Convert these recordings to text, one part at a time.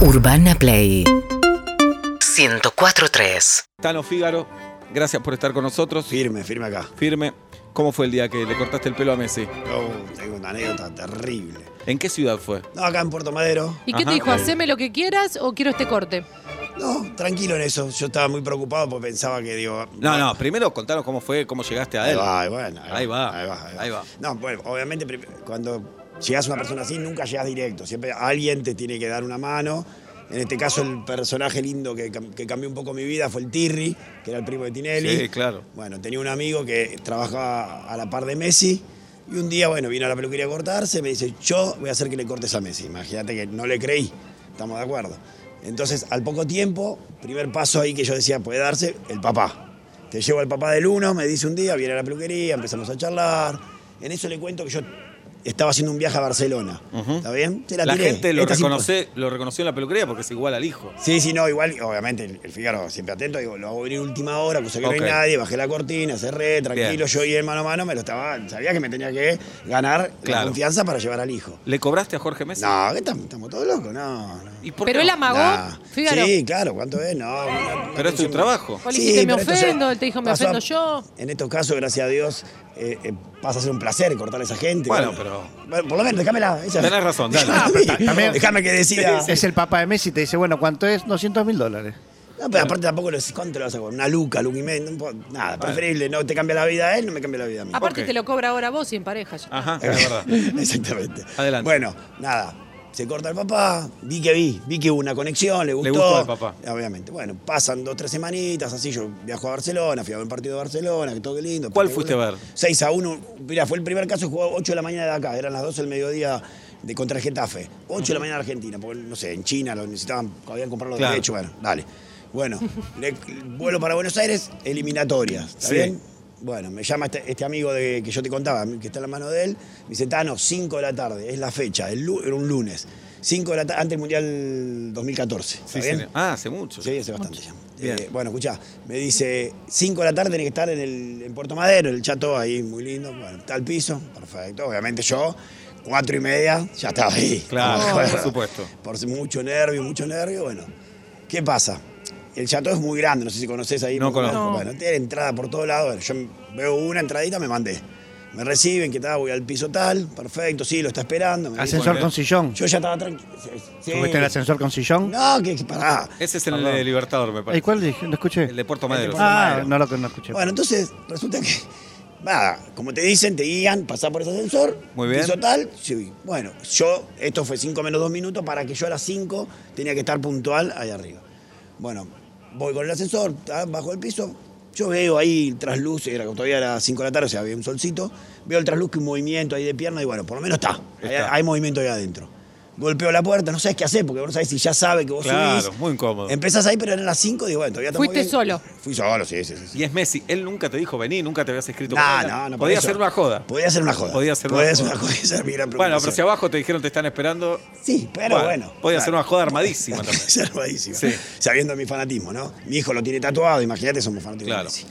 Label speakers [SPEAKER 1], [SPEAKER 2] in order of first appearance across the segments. [SPEAKER 1] Urbana Play 104.3
[SPEAKER 2] Tano Fígaro, gracias por estar con nosotros.
[SPEAKER 3] Firme, firme acá.
[SPEAKER 2] Firme, ¿cómo fue el día que le cortaste el pelo a Messi?
[SPEAKER 3] Oh, tengo una anécdota terrible.
[SPEAKER 2] ¿En qué ciudad fue?
[SPEAKER 3] No, acá en Puerto Madero.
[SPEAKER 4] ¿Y
[SPEAKER 2] Ajá.
[SPEAKER 4] qué
[SPEAKER 2] Eh.
[SPEAKER 4] te dijo? ¿Haceme lo que quieras o quiero este corte?
[SPEAKER 3] No, tranquilo en eso. Yo estaba muy preocupado porque pensaba que, digo.
[SPEAKER 2] No, no, primero contanos cómo fue, cómo llegaste a
[SPEAKER 3] Ahí
[SPEAKER 2] él.
[SPEAKER 3] va, ahí va, ahí,
[SPEAKER 2] Ahí va,
[SPEAKER 3] Ahí va, ahí va.
[SPEAKER 2] ahí va.
[SPEAKER 3] No, bueno, obviamente prim- cuando llegas a una persona así, nunca llegas directo. Siempre alguien te tiene que dar una mano. En este caso, el personaje lindo que, cam- que cambió un poco mi vida fue el Tirri, que era el primo de Tinelli.
[SPEAKER 2] Sí, claro.
[SPEAKER 3] Bueno, tenía un amigo que trabajaba a la par de Messi y un día, bueno, vino a la peluquería a cortarse, me dice, yo voy a hacer que le cortes a Messi. Imagínate que no le creí, estamos de acuerdo. Entonces, al poco tiempo, primer paso ahí que yo decía puede darse, el papá. Te llevo al papá del uno, me dice un día, viene a la peluquería, empezamos a charlar. En eso le cuento que yo estaba haciendo un viaje a Barcelona. ¿Está bien? Se
[SPEAKER 2] La
[SPEAKER 3] tiré.
[SPEAKER 2] gente lo,
[SPEAKER 3] Esta es impo-
[SPEAKER 2] reconoce, lo reconoció en la peluquería porque es igual al hijo.
[SPEAKER 3] Sí, sí, no, igual, obviamente, el, el Figaro siempre atento, digo, lo hago venir última hora, cosa que
[SPEAKER 2] Ok.
[SPEAKER 3] no hay nadie, bajé la cortina, cerré, tranquilo,
[SPEAKER 2] Bien.
[SPEAKER 3] yo y el mano a mano me lo estaba, sabía que me tenía que ganar la
[SPEAKER 2] Claro.
[SPEAKER 3] confianza para llevar al hijo.
[SPEAKER 2] ¿Le cobraste a Jorge Messi?
[SPEAKER 3] No, que estamos, estamos todos locos, no, no.
[SPEAKER 2] ¿Y por
[SPEAKER 4] Pero
[SPEAKER 2] qué
[SPEAKER 4] él
[SPEAKER 2] no?
[SPEAKER 4] amagó.
[SPEAKER 3] Nah.
[SPEAKER 4] Fígaro.
[SPEAKER 3] Sí, claro, ¿cuánto es? No, una-
[SPEAKER 2] Pero es tu
[SPEAKER 3] una-
[SPEAKER 2] trabajo.
[SPEAKER 4] Vos le dijiste, me
[SPEAKER 3] pero esto ya
[SPEAKER 4] ofendo, él te dijo, me
[SPEAKER 3] pasó a-
[SPEAKER 4] ofendo yo.
[SPEAKER 3] En estos casos, gracias a Dios, eh, eh, pasa a ser un placer cortar a esa gente.
[SPEAKER 2] Bueno, pero-
[SPEAKER 3] Bueno, por lo menos, déjamela. ella-
[SPEAKER 2] Tenés razón, dale.
[SPEAKER 3] Déjame-
[SPEAKER 2] Ah,
[SPEAKER 5] pero ta- también-
[SPEAKER 3] Déjame que decida.
[SPEAKER 5] Es el papá de Messi, te dice, bueno, ¿cuánto es? 200 mil dólares.
[SPEAKER 3] No, pero aparte tampoco lo, ¿cuánto lo vas a cobrar? Una luca, luca y medio, no puedo- nada, preferible, no te cambia la vida a él, no me cambia la vida a mí.
[SPEAKER 4] Aparte
[SPEAKER 2] Ok.
[SPEAKER 4] te lo cobra ahora vos y en pareja. ya.
[SPEAKER 2] Ajá, Ah, es verdad.
[SPEAKER 3] Exactamente.
[SPEAKER 2] Adelante.
[SPEAKER 3] Bueno, nada. Se corta el papá, vi que vi, vi que hubo una conexión, le gustó.
[SPEAKER 2] gustó al papá.
[SPEAKER 3] Obviamente. Bueno, pasan dos, tres semanitas, así yo viajo a Barcelona, fui a ver un partido de Barcelona, que todo qué lindo.
[SPEAKER 2] ¿Cuál
[SPEAKER 3] Espectacular.
[SPEAKER 2] fuiste a ver?
[SPEAKER 3] 6 a 1. Mira, fue el primer caso, jugó 8 de la mañana de acá, eran las 12 del mediodía de contra el Getafe. 8 de la mañana de Argentina, porque no sé, en China lo necesitaban, habían comprado los
[SPEAKER 2] Claro.
[SPEAKER 3] derechos, bueno, dale. Bueno, le- vuelo para Buenos Aires, eliminatorias, ¿está
[SPEAKER 2] Sí.
[SPEAKER 3] bien? Bueno, me llama este, este amigo de, que yo te contaba, que está en la mano de él, me dice, Tano, 5 de la tarde, es la fecha, el lu- era un lunes, 5 de la tarde, antes del Mundial 2014, ¿está
[SPEAKER 2] Sí,
[SPEAKER 3] bien?
[SPEAKER 2] señor. Ah, hace mucho.
[SPEAKER 3] Sí, hace bastante ya.
[SPEAKER 2] Bien.
[SPEAKER 3] Eh, bueno, escuchá, me dice 5 de la tarde tiene que estar en, el, en Puerto Madero, en el chato ahí, muy lindo. Bueno, está al piso, perfecto. Obviamente yo, cuatro y media, ya estaba ahí.
[SPEAKER 2] Claro,
[SPEAKER 3] Estamos de
[SPEAKER 2] por
[SPEAKER 3] acuerdo.
[SPEAKER 2] supuesto.
[SPEAKER 3] Por si- mucho nervio, mucho nervio. Bueno, ¿qué pasa? El chato es muy grande, no sé si conoces ahí.
[SPEAKER 2] No
[SPEAKER 3] Puerto Madero.
[SPEAKER 2] conozco.
[SPEAKER 3] Bueno, tiene entrada por todos lados. Bueno, yo veo una entradita, me mandé. Me reciben, ¿qué tal? Voy al piso tal, perfecto, sí, lo está esperando. Me dice-
[SPEAKER 5] Ascensor
[SPEAKER 2] bueno.
[SPEAKER 5] con sillón.
[SPEAKER 3] yo ya estaba tranquilo. Sí.
[SPEAKER 5] ¿Tuviste el ascensor con sillón?
[SPEAKER 3] No, que, que pará.
[SPEAKER 2] Ese es el de Libertador, me
[SPEAKER 5] ¿El
[SPEAKER 2] parece.
[SPEAKER 5] cuál dije? ¿Lo escuché?
[SPEAKER 2] El de Puerto Madero.
[SPEAKER 3] Puerto
[SPEAKER 5] Ah,
[SPEAKER 3] Madero.
[SPEAKER 5] no lo, no escuché.
[SPEAKER 3] Bueno, entonces resulta que, nada, como te dicen, te guían, pasás por ese ascensor.
[SPEAKER 2] Muy bien.
[SPEAKER 3] Piso tal, sí. Bueno, yo, esto fue 5 menos 2 minutos para que yo a las 5 tenía que estar puntual ahí arriba. Bueno, voy con el ascensor, ah, bajo el piso. Yo veo ahí el trasluz, era, todavía era 5 de la tarde, o sea, había un solcito. Veo el trasluz que un movimiento ahí de pierna y bueno, por lo menos está. Hay,
[SPEAKER 2] Está.
[SPEAKER 3] hay movimiento ahí adentro. Golpeo la puerta, no sabes qué hacer, porque vos no sabés si ya sabe que vos
[SPEAKER 2] Claro,
[SPEAKER 3] subís.
[SPEAKER 2] muy incómodo.
[SPEAKER 3] Empezás ahí, pero eran las 5, digo, bueno, todavía estamos
[SPEAKER 4] Fuiste
[SPEAKER 3] bien.
[SPEAKER 4] solo.
[SPEAKER 3] Fui solo, sí, sí, sí. sí.
[SPEAKER 2] Y es Messi. Él nunca te dijo vení, nunca te habías escrito.
[SPEAKER 3] No,
[SPEAKER 2] con él.
[SPEAKER 3] no, no. por
[SPEAKER 2] Podía
[SPEAKER 3] eso.
[SPEAKER 2] ser una joda.
[SPEAKER 3] Podía ser una joda.
[SPEAKER 2] Podía ser una
[SPEAKER 3] Podía
[SPEAKER 2] joda.
[SPEAKER 3] una joda. Esa era mi gran
[SPEAKER 2] Bueno, pero si
[SPEAKER 3] preocupación.
[SPEAKER 2] abajo te dijeron te están esperando,
[SPEAKER 3] Sí, pero bueno.
[SPEAKER 2] podía ser
[SPEAKER 3] claro.
[SPEAKER 2] una joda armadísima también.
[SPEAKER 3] Es armadísimo.
[SPEAKER 2] Sí.
[SPEAKER 3] Sabiendo mi fanatismo, ¿no? Mi hijo lo tiene tatuado, imagínate, somos fanáticos. de
[SPEAKER 2] Claro.
[SPEAKER 3] Messi.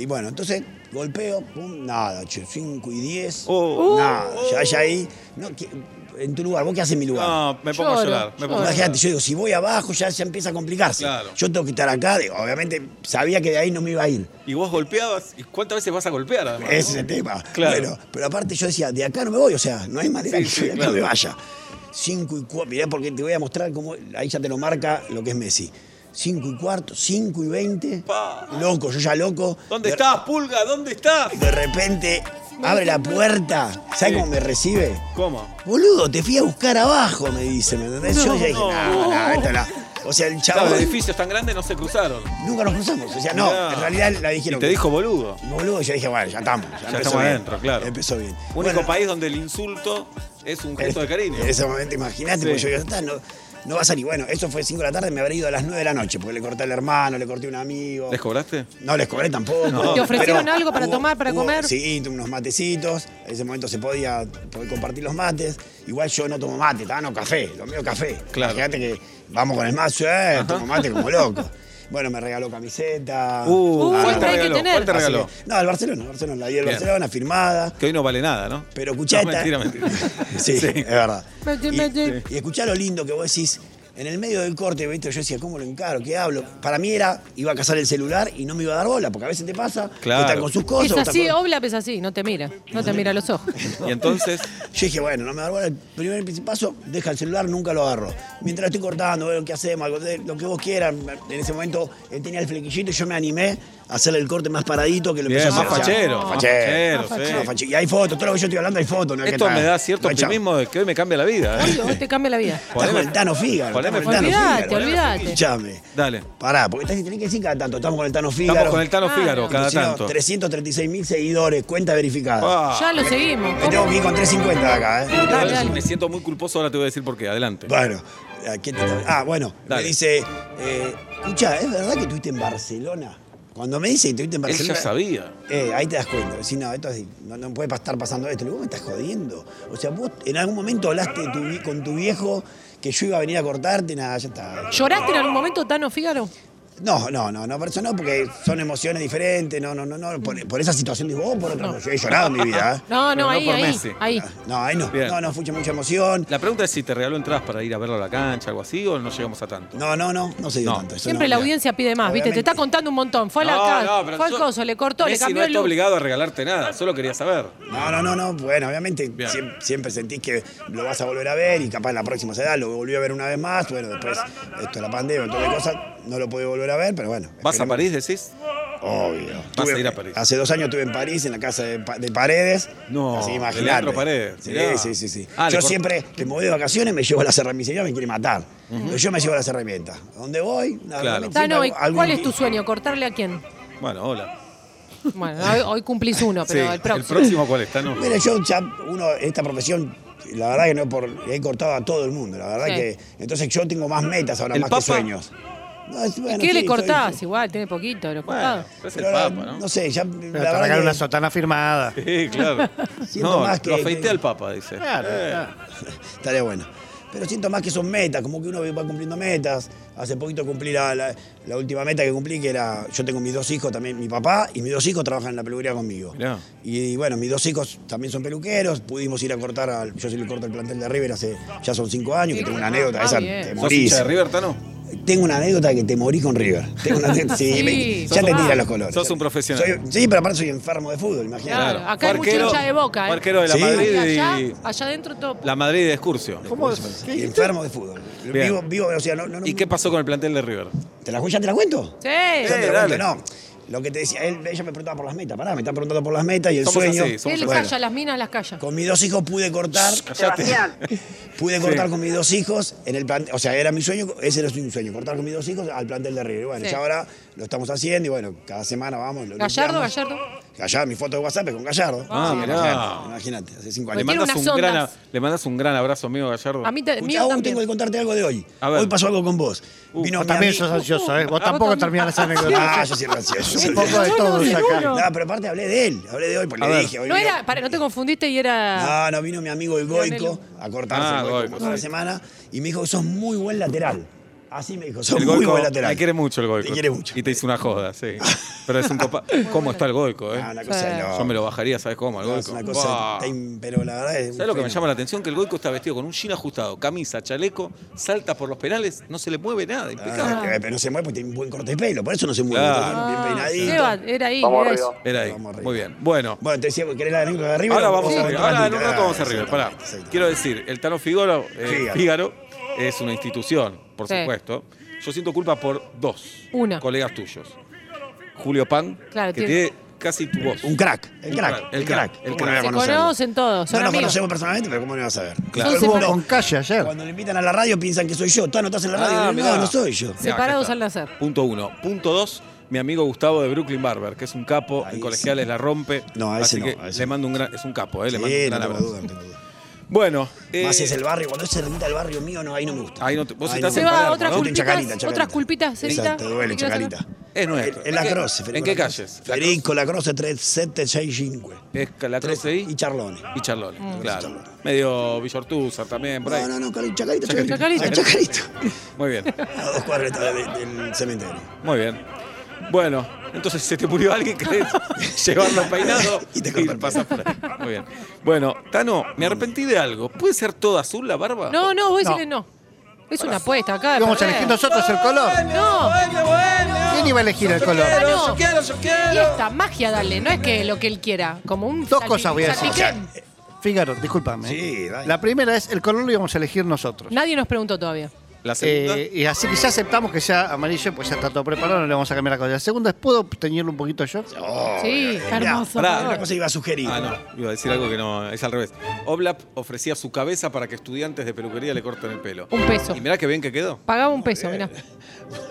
[SPEAKER 3] Y bueno, entonces golpeo, pum, nada, 5 y 10.
[SPEAKER 2] Oh.
[SPEAKER 3] nada, ya, ya ahí. No, que- en tu lugar, ¿vos qué haces en mi lugar?
[SPEAKER 2] No, me pongo a
[SPEAKER 4] Lloro,
[SPEAKER 2] llorar. Me
[SPEAKER 4] lloro.
[SPEAKER 2] pongo a llorar.
[SPEAKER 3] Imagínate, yo digo, si voy abajo ya, ya empieza a complicarse.
[SPEAKER 2] Claro.
[SPEAKER 3] Yo tengo que estar acá, digo, obviamente sabía que de ahí no me iba a ir.
[SPEAKER 2] Y vos golpeabas. ¿Y cuántas veces vas a golpear además?
[SPEAKER 3] Ese es el tema.
[SPEAKER 2] Claro.
[SPEAKER 3] Bueno, pero aparte yo decía, de acá no me voy, o sea, no hay manera
[SPEAKER 2] Sí,
[SPEAKER 3] que
[SPEAKER 2] sí,
[SPEAKER 3] yo de acá
[SPEAKER 2] claro.
[SPEAKER 3] me vaya. 5 y 4, mirá porque te voy a mostrar cómo, ahí ya te lo marca lo que es Messi. 5 y cuarto, 5 y 20.
[SPEAKER 2] Pa.
[SPEAKER 3] Loco, yo ya loco.
[SPEAKER 2] ¿Dónde
[SPEAKER 3] De-
[SPEAKER 2] estás, Pulga? ¿Dónde estás?
[SPEAKER 3] De repente abre la puerta, ¿sabes
[SPEAKER 2] Sí.
[SPEAKER 3] cómo me recibe?
[SPEAKER 2] ¿Cómo?
[SPEAKER 3] Boludo, te fui a buscar abajo, me dice, ¿me entendés? yo
[SPEAKER 2] No,
[SPEAKER 3] ya dije,
[SPEAKER 2] no.
[SPEAKER 3] no, no, esta la... O sea, el
[SPEAKER 2] Claro,
[SPEAKER 3] chavo
[SPEAKER 2] el edificio es tan grande, no se cruzaron.
[SPEAKER 3] nunca nos cruzamos. O sea, no,
[SPEAKER 2] Mirá.
[SPEAKER 3] en realidad la dijeron.
[SPEAKER 2] Y te
[SPEAKER 3] que-
[SPEAKER 2] dijo boludo.
[SPEAKER 3] Boludo, yo dije, bueno, ya estamos. Ya, empezó
[SPEAKER 2] estamos
[SPEAKER 3] bien.
[SPEAKER 2] adentro, claro.
[SPEAKER 3] Empezó bien.
[SPEAKER 2] Único
[SPEAKER 3] Bueno,
[SPEAKER 2] país donde el insulto es un gesto de cariño.
[SPEAKER 3] En ese momento, imagínate,
[SPEAKER 2] Sí.
[SPEAKER 3] porque yo digo, "Ya está, no, no va a salir. Bueno, eso fue 5 de la tarde, me habré ido a las 9 de la noche, porque le corté al hermano, le corté a un amigo.
[SPEAKER 2] ¿Les cobraste?
[SPEAKER 3] No les cobré tampoco.
[SPEAKER 2] No.
[SPEAKER 4] ¿Te ofrecieron
[SPEAKER 3] Pero
[SPEAKER 4] algo para
[SPEAKER 3] hubo-
[SPEAKER 4] tomar, para
[SPEAKER 3] hubo-
[SPEAKER 4] comer?
[SPEAKER 3] Sí, unos matecitos. En ese momento se podía, poder compartir los mates. Igual yo no tomo mate, tá, no café, lo mío café.
[SPEAKER 2] Claro.
[SPEAKER 3] Imagínate que vamos con el mazo, eh, tomo mate como loco. Bueno, me regaló camiseta.
[SPEAKER 4] Uh,
[SPEAKER 2] ¿cuál te
[SPEAKER 4] siempre hay que
[SPEAKER 2] regaló? ¿Cuál
[SPEAKER 4] tener.
[SPEAKER 2] te
[SPEAKER 3] Ah. Así
[SPEAKER 2] regaló?
[SPEAKER 3] que- no, el Barcelona, el Barcelona, la di del
[SPEAKER 2] Bien.
[SPEAKER 3] Barcelona, firmada.
[SPEAKER 2] Que hoy no vale nada, ¿no?
[SPEAKER 3] Pero escuchá
[SPEAKER 2] No,
[SPEAKER 3] esta-
[SPEAKER 2] mentira, mentira.
[SPEAKER 3] sí, es verdad.
[SPEAKER 4] Mete,
[SPEAKER 3] Y-
[SPEAKER 4] mete.
[SPEAKER 3] Y, escuchá lo lindo que vos decís. En el medio del corte, ¿viste? yo decía, ¿cómo lo encaro? ¿Qué hablo? Para mí era, iba a cazar el celular y no me iba a dar bola, porque a veces te pasa,
[SPEAKER 2] Claro.
[SPEAKER 3] que están con sus cosas.
[SPEAKER 4] Es
[SPEAKER 3] vos estás
[SPEAKER 4] así,
[SPEAKER 3] con-
[SPEAKER 4] Oblap es así, no te mira, no te mira a los ojos.
[SPEAKER 2] Y entonces,
[SPEAKER 3] Yo dije, bueno, no me da bola el primer principazo, deja el celular, nunca lo agarro. Mientras estoy cortando, veo qué hacemos, algo de- lo que vos quieras. En ese momento él tenía el flequillito y yo me animé a hacerle el corte más paradito que lo
[SPEAKER 2] bien,
[SPEAKER 3] empecé
[SPEAKER 2] más
[SPEAKER 3] a hacer.
[SPEAKER 2] fachero.
[SPEAKER 3] O sea,
[SPEAKER 2] Más
[SPEAKER 3] fachero.
[SPEAKER 2] fachero, sí.
[SPEAKER 3] No, fache- Y hay fotos, todo lo que yo estoy hablando hay fotos. no es que
[SPEAKER 2] Esto
[SPEAKER 3] nada.
[SPEAKER 2] me da cierto
[SPEAKER 3] No, chao.
[SPEAKER 2] optimismo de que hoy me cambia la vida. ¿eh?
[SPEAKER 4] Obvio, te cambia la vida.
[SPEAKER 3] Está con el Tano Fígaro.
[SPEAKER 2] Poneme
[SPEAKER 3] está con el Tano
[SPEAKER 4] Olvídate,
[SPEAKER 3] Fígaro.
[SPEAKER 4] olvídate.
[SPEAKER 3] Escuchame.
[SPEAKER 2] Dale.
[SPEAKER 3] Pará, porque tenés tenés que decir cada tanto. Estamos con el Tano Fígaro.
[SPEAKER 2] Estamos con el Tano
[SPEAKER 4] Ah,
[SPEAKER 2] Fígaro
[SPEAKER 4] no.
[SPEAKER 2] cada
[SPEAKER 3] Sino
[SPEAKER 2] tanto.
[SPEAKER 3] 336 mil seguidores, cuenta verificada.
[SPEAKER 2] Ah.
[SPEAKER 4] Ya lo seguimos.
[SPEAKER 3] Me tengo que ir con 350 de acá, ¿eh?
[SPEAKER 2] Ahora
[SPEAKER 4] Dale, dale.
[SPEAKER 2] Me siento muy culposo, ahora te voy a decir por qué. Adelante.
[SPEAKER 3] Bueno, ¿a qué te estaba- Ah, bueno,
[SPEAKER 2] Dale.
[SPEAKER 3] me dice, eh, escucha, ¿es verdad que estuviste en Barcelona? Cuando me dice que estuviste en
[SPEAKER 2] Él
[SPEAKER 3] Barcelona.
[SPEAKER 2] ya sabía.
[SPEAKER 3] Eh, ahí te das cuenta. Si no, esto es- no, no puede estar pasando esto. Le digo, vos me estás jodiendo. O sea, vos en algún momento hablaste tu vi- con tu viejo que yo iba a venir a cortarte, nada, ya está.
[SPEAKER 4] ¿Lloraste en algún momento, Tano Fígaro?
[SPEAKER 3] No, no, no, no, por eso no, porque son emociones diferentes, no, no, no, no, por, por esa situación digo, vos por otra cosa. Yo he llorado en mi vida, ¿eh.
[SPEAKER 4] No,
[SPEAKER 2] Pero
[SPEAKER 4] no,
[SPEAKER 2] no
[SPEAKER 4] ahí,
[SPEAKER 2] por
[SPEAKER 4] ahí,
[SPEAKER 2] Messi. Ah,
[SPEAKER 4] ahí.
[SPEAKER 3] No, ahí no.
[SPEAKER 2] Bien.
[SPEAKER 3] No, no, fue mucha, mucha emoción.
[SPEAKER 2] La pregunta es si te regaló entradas para ir a verlo a la cancha, algo así, o no llegamos a tanto.
[SPEAKER 3] No, no, no, no se dio
[SPEAKER 2] No.
[SPEAKER 3] tanto. eso
[SPEAKER 4] Siempre
[SPEAKER 3] no,
[SPEAKER 4] la
[SPEAKER 3] mira.
[SPEAKER 4] audiencia pide más, ¿viste? Te está
[SPEAKER 3] Obviamente.
[SPEAKER 4] contando un montón. Fue a la
[SPEAKER 2] no,
[SPEAKER 4] casa,
[SPEAKER 2] pero
[SPEAKER 4] fue al
[SPEAKER 2] yo-
[SPEAKER 4] coso, le cortó, le
[SPEAKER 2] Messi
[SPEAKER 4] cambió
[SPEAKER 2] no
[SPEAKER 4] el
[SPEAKER 2] está
[SPEAKER 4] look.
[SPEAKER 2] obligado a regalarte nada, solo quería saber.
[SPEAKER 3] No, no, no, no. Bueno, obviamente
[SPEAKER 2] Bien.
[SPEAKER 3] siem- siempre sentís que lo vas a volver a ver y capaz la próxima se da, lo volví a ver una vez más. Bueno, después esto de la pandemia, todas las cosas, no lo pude volver a ver, pero bueno.
[SPEAKER 2] ¿Vas a
[SPEAKER 3] esperemos.
[SPEAKER 2] París, decís?
[SPEAKER 3] Obvio. Estuve-
[SPEAKER 2] a ir a París.
[SPEAKER 3] Hace dos años estuve en París, en la casa de, Pa- de Paredes.
[SPEAKER 2] No,
[SPEAKER 3] Así
[SPEAKER 2] de
[SPEAKER 3] imaginate.
[SPEAKER 2] Leandro Paredes,
[SPEAKER 3] Sí,
[SPEAKER 2] mirá.
[SPEAKER 3] sí, sí. sí.
[SPEAKER 2] Ah, le
[SPEAKER 3] yo
[SPEAKER 2] cort-
[SPEAKER 3] siempre que me voy de vacaciones me llevo las herramientas, me quiere matar. Pero yo me llevo las herramientas. ¿A ¿Dónde voy? Una
[SPEAKER 2] Claro.
[SPEAKER 3] herramienta,
[SPEAKER 4] Tano, Ah, ¿y
[SPEAKER 3] algún- algún
[SPEAKER 4] ¿cuál es
[SPEAKER 3] día-
[SPEAKER 4] tu sueño? ¿Cortarle a quién?
[SPEAKER 2] Bueno, hola.
[SPEAKER 4] Bueno, hoy, hoy cumplís uno, pero
[SPEAKER 2] Sí,
[SPEAKER 4] el próximo.
[SPEAKER 2] cuál está, ¿no?
[SPEAKER 3] Mira, yo ya, uno, esta profesión, la verdad que no por, he cortado a todo el mundo, la verdad
[SPEAKER 4] Sí.
[SPEAKER 3] que. Entonces yo tengo más metas ahora,
[SPEAKER 2] ¿El
[SPEAKER 3] más
[SPEAKER 2] Papa?
[SPEAKER 3] que sueños. No, es- bueno,
[SPEAKER 4] ¿Qué
[SPEAKER 3] sí,
[SPEAKER 4] le
[SPEAKER 3] soy-
[SPEAKER 4] cortás? Igual, tiene poquito, de lo
[SPEAKER 2] Bueno,
[SPEAKER 4] cortado.
[SPEAKER 2] pero es el
[SPEAKER 3] pero ahora,
[SPEAKER 2] Papa, ¿no?
[SPEAKER 3] No sé, ya.
[SPEAKER 5] Pero
[SPEAKER 3] la
[SPEAKER 5] te
[SPEAKER 3] verdad
[SPEAKER 5] regalan
[SPEAKER 3] que-
[SPEAKER 5] una sotana firmada.
[SPEAKER 2] Sí, claro.
[SPEAKER 3] Siento
[SPEAKER 2] No,
[SPEAKER 3] más que-
[SPEAKER 2] lo afeité al Papa, dice. Eh,
[SPEAKER 5] Claro, claro.
[SPEAKER 3] Estaría bueno. Pero siento más que son metas, como que uno va cumpliendo metas. Hace poquito cumplí la, la- la última meta que cumplí, que era, yo tengo mis dos hijos también, mi papá y mis dos hijos trabajan en la peluquería conmigo.
[SPEAKER 2] Mirá.
[SPEAKER 3] Y, bueno, mis dos hijos también son peluqueros, pudimos ir a cortar, al, yo se le corto el plantel de River hace, ya son cinco años, que tengo una anécdota,
[SPEAKER 4] Ah,
[SPEAKER 3] esa
[SPEAKER 4] bien.
[SPEAKER 3] te
[SPEAKER 2] ¿Sos
[SPEAKER 3] morís.
[SPEAKER 2] hincha de River, Tano?
[SPEAKER 3] Tengo una anécdota que te morí con River. Tengo una anécdota, sí,
[SPEAKER 4] Sí.
[SPEAKER 3] me-
[SPEAKER 4] Sos
[SPEAKER 3] ya te
[SPEAKER 4] un-
[SPEAKER 3] tiran los colores.
[SPEAKER 2] sos
[SPEAKER 3] Ya-
[SPEAKER 2] un profesional.
[SPEAKER 3] soy- sí, pero aparte soy enfermo de fútbol, imagínate.
[SPEAKER 4] Claro, acá hay mucho hincha de Boca, ¿eh?
[SPEAKER 2] fue arquero de la
[SPEAKER 3] Sí.
[SPEAKER 4] Y
[SPEAKER 2] Madrid
[SPEAKER 4] allá,
[SPEAKER 2] y...
[SPEAKER 4] allá adentro todo.
[SPEAKER 2] La Madrid de Excursio.
[SPEAKER 5] ¿Cómo
[SPEAKER 3] Y enfermo de fútbol.
[SPEAKER 2] Bien.
[SPEAKER 3] Vivo, vivo, o sea, no, no, no-
[SPEAKER 2] ¿Y qué pasó con el plantel de River?
[SPEAKER 3] ¿Te la, cu- ¿Ya te la cuento?
[SPEAKER 4] Sí.
[SPEAKER 3] Ya te la
[SPEAKER 2] Eh, dale.
[SPEAKER 3] cuento, no. Lo que te decía, él, ella me preguntaba por las metas. Pará, me están preguntando por las metas y el
[SPEAKER 2] Somos
[SPEAKER 3] sueño.
[SPEAKER 2] así, somos
[SPEAKER 4] Él
[SPEAKER 3] Bueno,
[SPEAKER 4] calla, las minas las calla.
[SPEAKER 3] con mis dos hijos pude cortar.
[SPEAKER 2] Callate.
[SPEAKER 3] Pude cortar con mis dos hijos en el plantel. O sea, era mi sueño, ese era mi sueño, cortar con mis dos hijos al plantel de River. Y Bueno,
[SPEAKER 4] Sí.
[SPEAKER 3] ya ahora lo estamos haciendo y bueno, cada semana vamos. Lo
[SPEAKER 4] Gallardo,
[SPEAKER 3] limpiamos.
[SPEAKER 4] Gallardo.
[SPEAKER 3] Gallardo, mi foto de WhatsApp es con Gallardo.
[SPEAKER 2] Ah,
[SPEAKER 3] Sí,
[SPEAKER 2] mirá.
[SPEAKER 3] Gallardo, Imagínate, hace cinco
[SPEAKER 2] Le
[SPEAKER 4] Tiene
[SPEAKER 3] años.
[SPEAKER 2] mandas,
[SPEAKER 4] unas
[SPEAKER 2] un gran, a-
[SPEAKER 4] ondas.
[SPEAKER 2] le mandas un gran abrazo, amigo Gallardo.
[SPEAKER 4] A mí te,
[SPEAKER 3] Escuchá,
[SPEAKER 4] mío
[SPEAKER 3] aún
[SPEAKER 4] también.
[SPEAKER 3] tengo que contarte algo de hoy.
[SPEAKER 2] A ver. Uh,
[SPEAKER 3] Hoy pasó algo con vos. Vino
[SPEAKER 5] Vos
[SPEAKER 3] mi
[SPEAKER 5] también
[SPEAKER 3] ami-
[SPEAKER 5] sos ansioso, ¿eh? Vos
[SPEAKER 4] Ah,
[SPEAKER 5] tampoco
[SPEAKER 4] vos también.
[SPEAKER 5] terminás las
[SPEAKER 3] Ah,
[SPEAKER 5] anécdotas.
[SPEAKER 3] yo siempre ansioso.
[SPEAKER 5] Un poco de
[SPEAKER 4] Yo no
[SPEAKER 5] todos
[SPEAKER 4] sé,
[SPEAKER 5] acá.
[SPEAKER 4] uno.
[SPEAKER 3] No, pero aparte hablé de él, hablé de hoy, porque
[SPEAKER 2] A
[SPEAKER 3] le
[SPEAKER 2] ver.
[SPEAKER 3] dije. hoy
[SPEAKER 4] No
[SPEAKER 3] vino-
[SPEAKER 4] era, para, no te confundiste y era.
[SPEAKER 3] No, no, vino mi amigo el Goico a cortarse
[SPEAKER 2] Ah,
[SPEAKER 3] el Goico,
[SPEAKER 2] Goico,
[SPEAKER 3] como toda la
[SPEAKER 2] sí.
[SPEAKER 3] semana y me dijo que sos muy buen lateral. Así me dijo, sos
[SPEAKER 2] El
[SPEAKER 3] muy
[SPEAKER 2] Goico
[SPEAKER 3] buen lateral.
[SPEAKER 2] me quiere mucho el Goico.
[SPEAKER 3] Te quiere mucho.
[SPEAKER 2] Y te hizo una joda, sí. Pero es un copa. ¿Cómo está el Goico, eh?
[SPEAKER 3] Ah, una cosa
[SPEAKER 4] Sí.
[SPEAKER 3] de loco.
[SPEAKER 2] Yo me lo bajaría, ¿sabes cómo? Al
[SPEAKER 3] No,
[SPEAKER 2] Goico.
[SPEAKER 3] es una cosa,
[SPEAKER 2] Buah.
[SPEAKER 3] está in- pero la verdad es. un
[SPEAKER 2] ¿Sabes lo que me
[SPEAKER 3] fenómeno.
[SPEAKER 2] llama la atención? Que el Goico está vestido con un jean ajustado, camisa, chaleco, salta por los penales, no se le mueve nada, impecable.
[SPEAKER 3] Ah, que- Pero no se mueve porque tiene un buen corte de pelo, por eso no se mueve.
[SPEAKER 2] Claro.
[SPEAKER 3] entonces, bien
[SPEAKER 4] Ah,
[SPEAKER 3] peinadito.
[SPEAKER 4] Seba, era ahí.
[SPEAKER 1] Vamos
[SPEAKER 4] era
[SPEAKER 1] arriba.
[SPEAKER 4] eso.
[SPEAKER 2] Era ahí.
[SPEAKER 3] Vamos arriba.
[SPEAKER 2] Muy bien. Bueno,
[SPEAKER 3] Bueno, te decía, ¿querés la anécdota de arriba?
[SPEAKER 2] ahora vamos
[SPEAKER 3] Sí.
[SPEAKER 2] a Ahora en un
[SPEAKER 3] ratito,
[SPEAKER 2] rato vamos a
[SPEAKER 3] ah,
[SPEAKER 2] River.
[SPEAKER 3] exactamente,
[SPEAKER 2] Pará.
[SPEAKER 3] exactamente.
[SPEAKER 2] Quiero decir, el Tano Figaro, eh,
[SPEAKER 3] Fígaro.
[SPEAKER 2] Fígaro es una institución, por
[SPEAKER 4] Sí.
[SPEAKER 2] supuesto. Yo siento culpa por dos
[SPEAKER 4] Una.
[SPEAKER 2] colegas tuyos. Julio Pan,
[SPEAKER 4] Claro,
[SPEAKER 2] que tiene,
[SPEAKER 4] tiene-
[SPEAKER 2] casi tu voz.
[SPEAKER 3] Un crack, el crack,
[SPEAKER 2] El
[SPEAKER 3] el
[SPEAKER 2] crack,
[SPEAKER 3] crack.
[SPEAKER 2] el
[SPEAKER 3] ¿Cómo
[SPEAKER 2] crack.
[SPEAKER 3] no voy a
[SPEAKER 4] Se
[SPEAKER 3] conocerlo?
[SPEAKER 4] conocen todos, son
[SPEAKER 3] No nos
[SPEAKER 4] amigos.
[SPEAKER 3] conocemos personalmente, pero ¿cómo no vas a ver?
[SPEAKER 2] Claro.
[SPEAKER 3] Todo el
[SPEAKER 5] Estuvo
[SPEAKER 3] mundo-
[SPEAKER 5] con calle ayer.
[SPEAKER 3] Cuando le invitan a la radio piensan que soy yo. Tú anotás en la
[SPEAKER 2] Ah,
[SPEAKER 3] radio. y digo,
[SPEAKER 2] mirá.
[SPEAKER 3] no, no soy yo.
[SPEAKER 2] Ya, acá
[SPEAKER 4] Separados
[SPEAKER 2] está.
[SPEAKER 4] al nacer.
[SPEAKER 2] Punto uno. Punto dos, mi amigo Gustavo de Brooklyn Barber, que es un capo,
[SPEAKER 3] Ahí
[SPEAKER 2] en
[SPEAKER 3] sí.
[SPEAKER 2] colegiales la rompe.
[SPEAKER 3] No, a ese
[SPEAKER 2] así
[SPEAKER 3] no,
[SPEAKER 2] que
[SPEAKER 3] a ese
[SPEAKER 2] le
[SPEAKER 3] no.
[SPEAKER 2] mando un gran, es un capo, eh, le
[SPEAKER 3] Sí,
[SPEAKER 2] mando un gran
[SPEAKER 3] no tengo
[SPEAKER 2] abrazo.
[SPEAKER 3] duda, no tengo duda.
[SPEAKER 2] Bueno, eh,
[SPEAKER 3] Más si es el barrio, cuando es cerquita del barrio mío, no, ahí no me gusta.
[SPEAKER 2] Ahí no te- vos estás en
[SPEAKER 4] Seba,
[SPEAKER 2] Palermo,
[SPEAKER 4] otras
[SPEAKER 2] ¿no?
[SPEAKER 3] Yo estoy en
[SPEAKER 4] culpitas,
[SPEAKER 3] Chacarita, Chacarita.
[SPEAKER 4] otras culpitas, Cerita.
[SPEAKER 3] Exacto, duele,
[SPEAKER 4] ¿Qué querés hacer?
[SPEAKER 3] Chacarita.
[SPEAKER 2] es nuestro.
[SPEAKER 3] En La
[SPEAKER 2] ¿En qué-
[SPEAKER 3] Croce.
[SPEAKER 2] ¿En
[SPEAKER 3] Federico
[SPEAKER 2] qué
[SPEAKER 3] La Croce.
[SPEAKER 2] calles? La
[SPEAKER 3] Federico La Croce 3765.
[SPEAKER 2] Es la
[SPEAKER 3] Tres-
[SPEAKER 2] Croce
[SPEAKER 3] y Charlone.
[SPEAKER 2] Y Charlone, claro.
[SPEAKER 3] Charlone.
[SPEAKER 2] Medio Villortuzar también, por ahí.
[SPEAKER 3] Ah, No, no, no, Cari- Chacarita,
[SPEAKER 2] Chacarita.
[SPEAKER 3] Chacarita. Ah, Chacarita.
[SPEAKER 2] Muy bien,
[SPEAKER 3] A dos cuadras está de- del cementerio.
[SPEAKER 2] muy bien. Bueno, entonces se te murió alguien, querés llevarlo peinado
[SPEAKER 3] Y te
[SPEAKER 2] y
[SPEAKER 3] cortan.
[SPEAKER 2] pasas por ahí. Muy bien. Bueno, Tano, me arrepentí de algo. ¿Puede ser toda azul la barba?
[SPEAKER 4] No, no, vos
[SPEAKER 5] No.
[SPEAKER 4] decirle no. Es una apuesta acá. de
[SPEAKER 5] Íbamos a
[SPEAKER 4] perder.
[SPEAKER 5] elegir nosotros el color.
[SPEAKER 4] No.
[SPEAKER 5] ¿Quién iba a elegir el color?
[SPEAKER 4] Ah, no.
[SPEAKER 2] Yo quiero, yo
[SPEAKER 4] Y
[SPEAKER 2] quiero.
[SPEAKER 4] esta magia, dale. No es que lo que él quiera. Como un.
[SPEAKER 5] Dos
[SPEAKER 4] salpi-
[SPEAKER 5] cosas voy a decir.
[SPEAKER 4] salpiquén.
[SPEAKER 5] Fígaro, discúlpame.
[SPEAKER 3] Sí, dale.
[SPEAKER 5] La primera es, el color lo íbamos a elegir nosotros.
[SPEAKER 4] Nadie nos preguntó todavía.
[SPEAKER 2] La segunda.
[SPEAKER 5] Eh, y así que ya aceptamos que sea amarillo, pues ya está todo preparado, no le vamos a cambiar la cosa. La segunda es, ¿puedo teñirlo un poquito yo?
[SPEAKER 3] Oh,
[SPEAKER 4] Sí,
[SPEAKER 3] mirá,
[SPEAKER 4] hermoso.
[SPEAKER 2] pará,
[SPEAKER 3] Una
[SPEAKER 4] por favor.
[SPEAKER 3] cosa iba a sugerir.
[SPEAKER 2] Ah, no, iba a decir algo que no, es al revés. Oblap ofrecía su cabeza para que estudiantes de peluquería le corten el pelo.
[SPEAKER 4] Un peso.
[SPEAKER 2] Y mirá qué bien que quedó.
[SPEAKER 4] Pagaba un peso, mirá.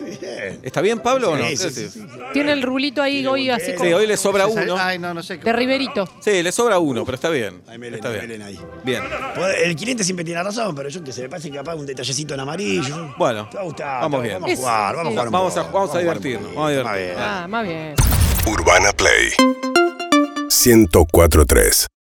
[SPEAKER 3] Muy bien.
[SPEAKER 2] ¿Está bien, Pablo, o no?
[SPEAKER 3] Sí, sí,
[SPEAKER 2] ¿Qué
[SPEAKER 3] sí,
[SPEAKER 2] decís?
[SPEAKER 3] sí.
[SPEAKER 4] Tiene el rulito ahí hoy así
[SPEAKER 3] Sí,
[SPEAKER 4] como.
[SPEAKER 2] Sí, hoy le sobra
[SPEAKER 5] ¿Se sabe?
[SPEAKER 2] uno.
[SPEAKER 5] Ay, no, no sé. qué-
[SPEAKER 4] De Riverito.
[SPEAKER 2] Sí, le sobra uno, pero está bien.
[SPEAKER 3] Ay, Melena,
[SPEAKER 2] Está bien.
[SPEAKER 3] Melena ahí.
[SPEAKER 2] Bien.
[SPEAKER 3] Puede- El cliente siempre tiene razón, pero yo que se le pase capaz un detallecito en amarillo.
[SPEAKER 2] Bueno,
[SPEAKER 3] Te va a gustar,
[SPEAKER 2] vamos
[SPEAKER 3] te-
[SPEAKER 2] bien.
[SPEAKER 3] Vamos a jugar, vamos a jugar un
[SPEAKER 2] Vamos
[SPEAKER 3] poco,
[SPEAKER 2] a- vamos a
[SPEAKER 3] jugar un
[SPEAKER 2] divertirnos, Ah.
[SPEAKER 3] poquito,
[SPEAKER 2] vamos a divertirnos.
[SPEAKER 3] bien.
[SPEAKER 4] Ah, más bien.
[SPEAKER 1] Urbana Play 1043